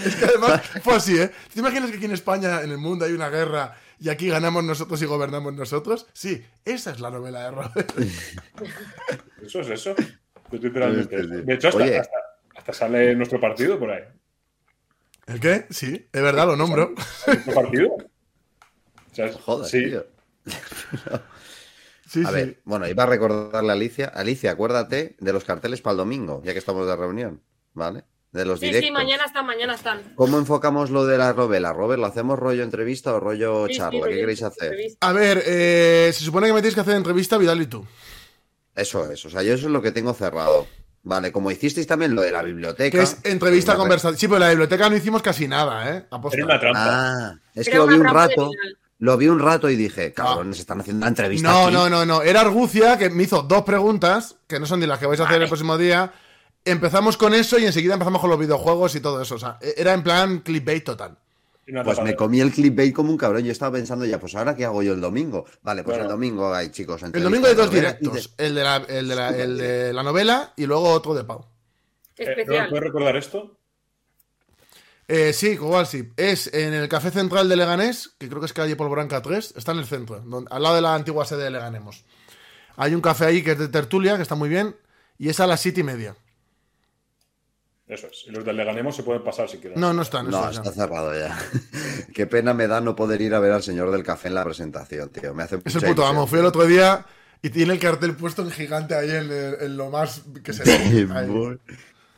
Speaker 1: Es que además fue así, ¿eh? ¿Te imaginas que aquí en España, en el mundo, hay una guerra y aquí ganamos nosotros y gobernamos nosotros? Sí, esa es la novela de Robert.
Speaker 3: Eso es eso.
Speaker 2: Sí,
Speaker 3: Literalmente.
Speaker 2: sí, sí.
Speaker 3: este. De hecho, hasta,
Speaker 2: Este, Oye.
Speaker 3: hasta, hasta sale nuestro partido por ahí.
Speaker 1: ¿El qué? Sí, es verdad, lo nombro.
Speaker 3: ¿Nuestro partido? O sea, es-
Speaker 2: Joder,
Speaker 3: sí.
Speaker 2: tío.
Speaker 1: Sí,
Speaker 2: A
Speaker 1: sí.
Speaker 2: ver, bueno, iba a recordarle a Alicia. Alicia, acuérdate de los carteles para el domingo, ya que estamos de reunión, ¿vale? De los
Speaker 4: Sí,
Speaker 2: directos.
Speaker 4: sí, mañana están, mañana están.
Speaker 2: ¿Cómo enfocamos lo de la novela? Robert, ¿lo hacemos rollo entrevista o rollo
Speaker 4: Sí, sí,
Speaker 2: charla? Oh, ¿Qué
Speaker 4: proyecto,
Speaker 2: queréis hacer?
Speaker 4: entrevista.
Speaker 1: A ver, eh, se supone que me tenéis que hacer entrevista Vidal y tú.
Speaker 2: Eso es, o sea, yo eso es lo que tengo cerrado. Vale, como hicisteis también lo de la biblioteca. pues,
Speaker 1: Que es entrevista
Speaker 2: Una re-
Speaker 1: conversación. Sí, pero en la biblioteca no hicimos casi nada, ¿eh? Aposta.
Speaker 3: Era una trampa.
Speaker 2: Ah, es
Speaker 4: Era
Speaker 2: que lo
Speaker 4: una
Speaker 2: vi un
Speaker 4: trampa de
Speaker 2: rato,
Speaker 4: Vidal.
Speaker 2: lo vi un rato y dije, cabrones, están haciendo una entrevista.
Speaker 1: Ah. No,
Speaker 2: aquí.
Speaker 1: no, no, no. Era Argucia que me hizo dos preguntas, que no son ni las que vais a hacer el próximo día. Empezamos con eso y enseguida empezamos con los videojuegos y todo eso. O sea, e- era en plan clickbait total.
Speaker 3: Era una
Speaker 2: Pues
Speaker 3: trampa.
Speaker 2: me comí el clickbait como un cabrón. Yo estaba pensando ya, pues ahora qué hago yo el domingo. Vale, pues
Speaker 3: Bueno.
Speaker 2: el domingo hay, chicos.
Speaker 1: El
Speaker 2: entrevista
Speaker 1: domingo hay
Speaker 2: de
Speaker 1: dos
Speaker 2: novela y
Speaker 1: directos. El de la, el de la- el de la novela y luego otro de Pau.
Speaker 3: Eh,
Speaker 4: Especial.
Speaker 3: ¿Puedes recordar esto?
Speaker 1: Eh, sí, igual sí. Es en el Café Central de Leganés, que creo que es calle Polvoranca 3, está en el centro, donde- al lado de la antigua sede de Leganemos. Hay un café ahí que es de tertulia, que está muy bien, y es a las siete y media.
Speaker 3: Eso es. Y los del Leganemos se pueden pasar si quieren.
Speaker 1: No, Ah, no están.
Speaker 2: No,
Speaker 1: esos ya.
Speaker 2: está cerrado ya. Qué pena me da no poder ir a ver al señor del café en la presentación, tío. Me hace
Speaker 1: Es
Speaker 2: mucha
Speaker 1: el puto
Speaker 2: ilusión.
Speaker 1: amo. Fui el otro día y tiene el cartel puesto en gigante ahí en, en lo más que se ve. Ahí.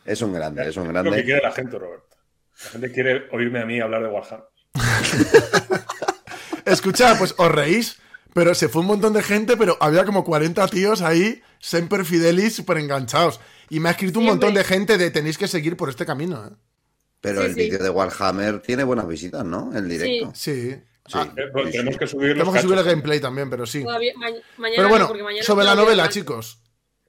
Speaker 2: Es un grande, es un
Speaker 3: lo que
Speaker 2: grande.
Speaker 3: quiere la gente, Roberto. La gente quiere oírme a mí hablar de Warhammer.
Speaker 1: Escucha, pues os reís, pero se fue un montón de gente, pero había como 40 tíos ahí, Semper Fidelis, súper enganchados. Y me ha escrito un
Speaker 4: Sí,
Speaker 1: montón
Speaker 4: hombre.
Speaker 1: de gente de tenéis que seguir por este camino. ¿eh?
Speaker 2: Pero
Speaker 4: Sí,
Speaker 2: el
Speaker 4: sí.
Speaker 2: vídeo de Warhammer tiene buenas visitas, ¿no? En directo.
Speaker 1: Sí.
Speaker 2: Sí,
Speaker 3: Eh, bueno,
Speaker 2: sí,
Speaker 3: tenemos
Speaker 2: sí.
Speaker 3: que subir los
Speaker 1: Tenemos que subir el
Speaker 3: cachos.
Speaker 1: gameplay también, pero sí.
Speaker 4: Todavía, ma- mañana
Speaker 1: Pero
Speaker 4: no,
Speaker 1: bueno,
Speaker 4: porque mañana
Speaker 1: sobre la
Speaker 4: todavía
Speaker 1: novela,
Speaker 4: están.
Speaker 1: chicos.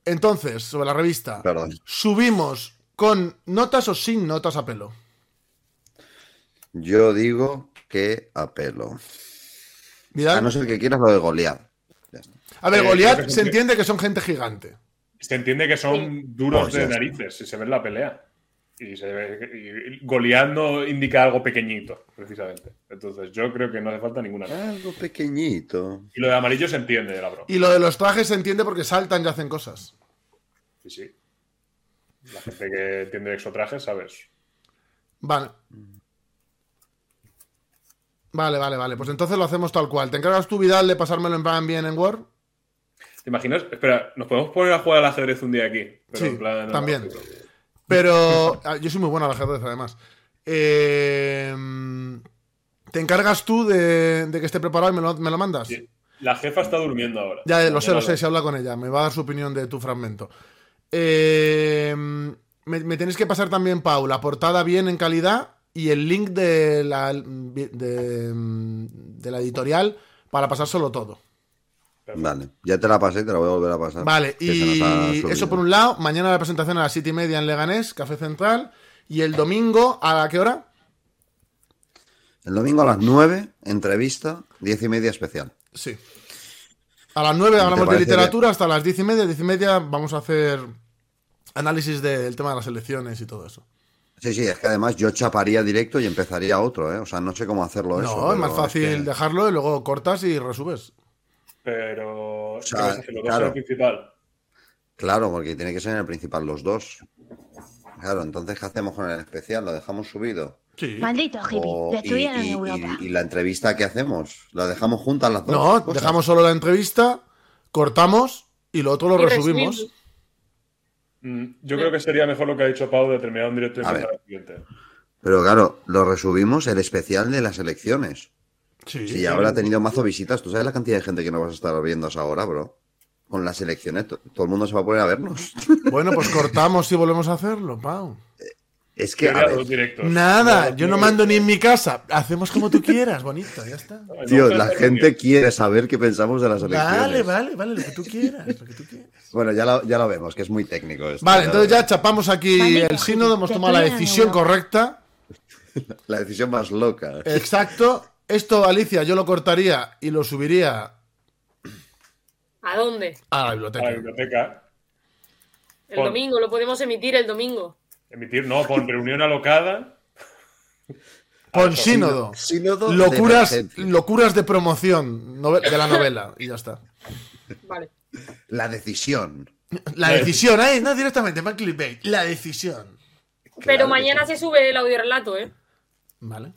Speaker 1: Entonces, sobre la revista.
Speaker 2: Perdón.
Speaker 1: Subimos con notas o sin notas a pelo.
Speaker 2: Yo digo que apelo.
Speaker 1: Vidal.
Speaker 2: A no ser que quieras lo de Goliath. Ya está.
Speaker 1: A ver,
Speaker 3: Eh,
Speaker 1: Goliath
Speaker 3: creo que-
Speaker 1: se entiende que son gente gigante.
Speaker 3: Se entiende que son duros
Speaker 2: Pues ya
Speaker 3: de
Speaker 2: está.
Speaker 3: narices si se ve en la pelea. Y, se ve- y Goliat no indica algo pequeñito, precisamente. Entonces, yo creo que no hace falta ninguna.
Speaker 2: Algo pequeñito.
Speaker 3: Y lo de amarillo se entiende de la broma.
Speaker 1: Y lo de los trajes se entiende porque saltan y hacen cosas.
Speaker 3: Sí, sí. La gente que entiende de exotrajes, ¿sabes?
Speaker 1: Vale. Vale, vale, vale. Pues entonces lo hacemos tal cual. ¿Te encargas tú, Vidal, de pasármelo en plan bien en Word?
Speaker 3: ¿Te imaginas? Espera, nos podemos poner a jugar al ajedrez un día aquí. Pero
Speaker 1: Sí,
Speaker 3: en plan,
Speaker 1: también. Pero ah, yo soy muy bueno al ajedrez, además. Eh, ¿Te encargas tú de, de que esté preparado y me lo, me lo mandas?
Speaker 3: Sí. La jefa está durmiendo ahora.
Speaker 1: Ya, eh, lo sé,
Speaker 3: Mañana
Speaker 1: lo sé, se habla con ella. Me va a dar su opinión de tu fragmento. Eh, me, me tenéis que pasar también, Pau, la portada bien en calidad y el link de la, de, de la editorial para pasárselo todo.
Speaker 2: Vale, ya te la pasé, te la voy a volver a pasar.
Speaker 1: Vale,
Speaker 2: Ah, Que se nos ha
Speaker 1: y
Speaker 2: subido.
Speaker 1: eso por un lado. Mañana la presentación a las 7 y media en Leganés, Café Central. Y el domingo, ¿a qué hora?
Speaker 2: El domingo a las 9, entrevista, 10 y media especial.
Speaker 1: Sí. A las 9
Speaker 2: ¿Te
Speaker 1: hablamos de
Speaker 2: parece
Speaker 1: literatura, hasta las 10 y media. 10 y media vamos a hacer análisis del tema de las elecciones y todo eso.
Speaker 2: Sí, sí, es que además yo chaparía directo y empezaría otro, ¿eh? O sea, no sé cómo hacerlo eso.
Speaker 1: No, es
Speaker 2: pero
Speaker 1: más fácil
Speaker 2: que-
Speaker 1: dejarlo y luego cortas y resubes.
Speaker 3: Pero.
Speaker 2: sea,
Speaker 3: ¿qué vas a hacer? ¿Lo vas a
Speaker 2: claro.
Speaker 3: hacer principal?
Speaker 2: Claro, porque tiene que ser en el principal los dos. Claro, entonces, ¿qué hacemos con el especial? ¿Lo dejamos subido?
Speaker 1: Sí.
Speaker 5: Maldito
Speaker 1: Oh,
Speaker 2: O-
Speaker 5: hippie,
Speaker 2: y,
Speaker 5: destruyeron
Speaker 2: y-
Speaker 5: Europa.
Speaker 2: y- y la entrevista qué hacemos? ¿La dejamos juntas las dos?
Speaker 1: No,
Speaker 2: cosas?
Speaker 1: dejamos solo la entrevista, cortamos y lo otro lo
Speaker 4: Y
Speaker 1: resubimos.
Speaker 4: resubimos.
Speaker 3: Mm, Yo creo que sería mejor lo que ha dicho Pau de terminar un directo y
Speaker 2: A
Speaker 3: empezar
Speaker 2: ver.
Speaker 3: al siguiente.
Speaker 2: Pero claro, lo resubimos el especial de las elecciones.
Speaker 1: Sí.
Speaker 2: Si ya habrá tenido mazo visitas, ¿tú sabes la cantidad de gente que nos vas a estar viendo ahora, bro? Con las elecciones, to- todo el mundo se va a poner a vernos.
Speaker 1: Bueno, pues cortamos y volvemos a hacerlo, Pau.
Speaker 2: Es que,
Speaker 3: Yo
Speaker 2: a
Speaker 3: haría
Speaker 2: ver,
Speaker 3: dos directos.
Speaker 1: Nada,
Speaker 3: Dos,
Speaker 1: yo no
Speaker 3: dos,
Speaker 1: mando ni en
Speaker 3: dos.
Speaker 1: mi casa. Hacemos como tú quieras, bonito, ya está.
Speaker 3: Ay, no,
Speaker 2: tío,
Speaker 3: pero
Speaker 2: la
Speaker 3: está
Speaker 2: gente
Speaker 3: bien.
Speaker 2: quiere saber qué pensamos de las elecciones.
Speaker 1: Vale, vale, vale, lo que tú quieras, lo que tú quieras.
Speaker 2: Bueno, ya lo, ya lo vemos, que es muy técnico esto.
Speaker 1: Vale,
Speaker 2: ya
Speaker 1: entonces
Speaker 2: lo
Speaker 1: ya chapamos aquí
Speaker 5: Maldito
Speaker 1: el sínodo, hemos tomado la
Speaker 5: hippie,
Speaker 1: decisión
Speaker 5: destruyeron
Speaker 1: correcta.
Speaker 2: vemos. La decisión más loca.
Speaker 1: Eh, Exacto. Esto, Alicia, yo lo cortaría y lo subiría
Speaker 4: ¿A dónde?
Speaker 1: a la
Speaker 3: A la
Speaker 1: biblioteca.
Speaker 3: biblioteca.
Speaker 4: El
Speaker 3: Pon.
Speaker 4: domingo, lo podemos emitir el domingo.
Speaker 3: Emitir, no, pon reunión alocada.
Speaker 1: Con sínodo.
Speaker 2: Sínodo de
Speaker 1: Locuras de,
Speaker 2: emergencia.
Speaker 1: locuras de promoción nove- de la novela y ya está.
Speaker 4: Vale.
Speaker 2: La decisión.
Speaker 1: La decisión, ahí, no directamente, más clickbait. La decisión.
Speaker 4: Pero mañana se sube el audiorelato, ¿eh?
Speaker 1: Vale.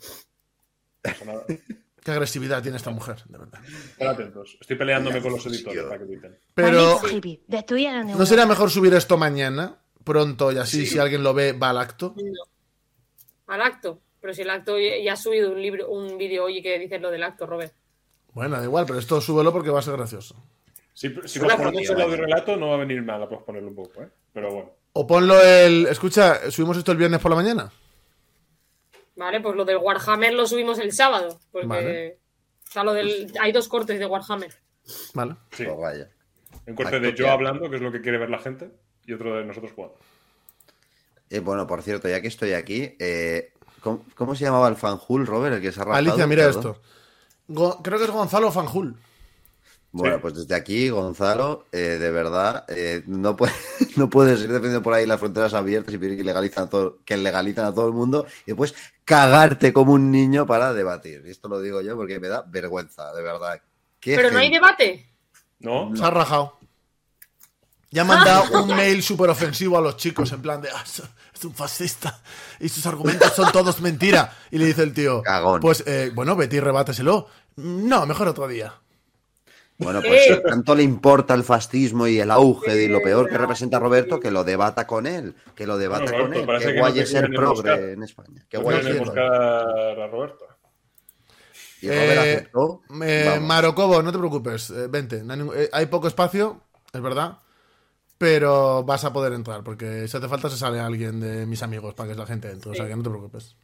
Speaker 3: Pasa nada.
Speaker 1: Qué agresividad tiene esta mujer, de verdad.
Speaker 3: Estad atentos. Estoy peleándome con los editores para que editen.
Speaker 1: Pero,
Speaker 5: Mamífero hippie, destruye la neurona.
Speaker 1: ¿no sería mejor subir esto mañana? Pronto y así, si alguien lo ve, va al acto.
Speaker 4: Al acto. Pero si el acto ya ya ha subido un libro, un vídeo hoy que dices lo del acto, Robert.
Speaker 1: Bueno, da igual, pero esto súbelo porque va a ser gracioso.
Speaker 3: Si, si posponemos el audiorelato, no va a venir mal a posponerlo un poco, ¿eh? Pero bueno.
Speaker 1: O ponlo el. Escucha, subimos esto el viernes por la mañana.
Speaker 4: Vale, pues lo del Warhammer lo subimos el sábado. Porque
Speaker 1: Vale.
Speaker 4: o sea, lo del, hay dos cortes de Warhammer.
Speaker 1: Vale.
Speaker 3: Sí.
Speaker 2: Pues vaya.
Speaker 3: Un corte de yo hablando, que es lo que quiere ver la gente, y otro de nosotros jugando.
Speaker 2: Eh, bueno, por cierto, ya que estoy aquí, eh, ¿cómo, cómo se llamaba el fanjul, Robert? El que se ha rapado,
Speaker 1: Alicia, mira
Speaker 2: perdón?
Speaker 1: esto. Go- creo que es Gonzalo Fanjul.
Speaker 2: Bueno,
Speaker 3: Sí.
Speaker 2: pues desde aquí, Gonzalo, eh, de verdad, eh, no, puede, no puedes ir defendiendo por ahí las fronteras abiertas y pedir que legalizan a todo, que legalizan a todo el mundo y después cagarte como un niño para debatir. Y esto lo digo yo porque me da vergüenza, de verdad. Qué
Speaker 4: Pero no hay
Speaker 2: gente.
Speaker 4: debate.
Speaker 3: ¿No?
Speaker 1: Se ha rajado. Ya ha mandado un mail súper ofensivo a los chicos, en plan de. "Ah, es- es un fascista y sus argumentos son todos mentira. Y le dice el tío.
Speaker 2: Cagón.
Speaker 1: Pues, eh, bueno, Betty, rebáteselo. No, mejor otro día.
Speaker 2: Bueno, pues
Speaker 4: Eh.
Speaker 2: si tanto le importa el fascismo y el auge y lo peor que
Speaker 4: Eh,
Speaker 2: representa Roberto, que lo debata con él, que lo debata
Speaker 3: Bueno,
Speaker 2: con
Speaker 3: Roberto,
Speaker 2: él.
Speaker 3: parece
Speaker 2: Qué
Speaker 3: que
Speaker 2: guay
Speaker 3: no Pues te
Speaker 2: es ser
Speaker 3: quieren emboscar.
Speaker 2: progre en España. Qué guay es
Speaker 3: Voy a
Speaker 2: serlo.
Speaker 3: buscar a Roberto.
Speaker 2: Y Robert
Speaker 1: Eh,
Speaker 2: aceptó.
Speaker 1: eh,
Speaker 2: Vamos.
Speaker 1: Marocobo, no te preocupes, eh, vente. no hay, ningún- eh, hay poco espacio, es verdad. Pero vas a poder entrar, porque si hace falta se sale alguien de mis amigos para que es la gente dentro. O sea que no te preocupes.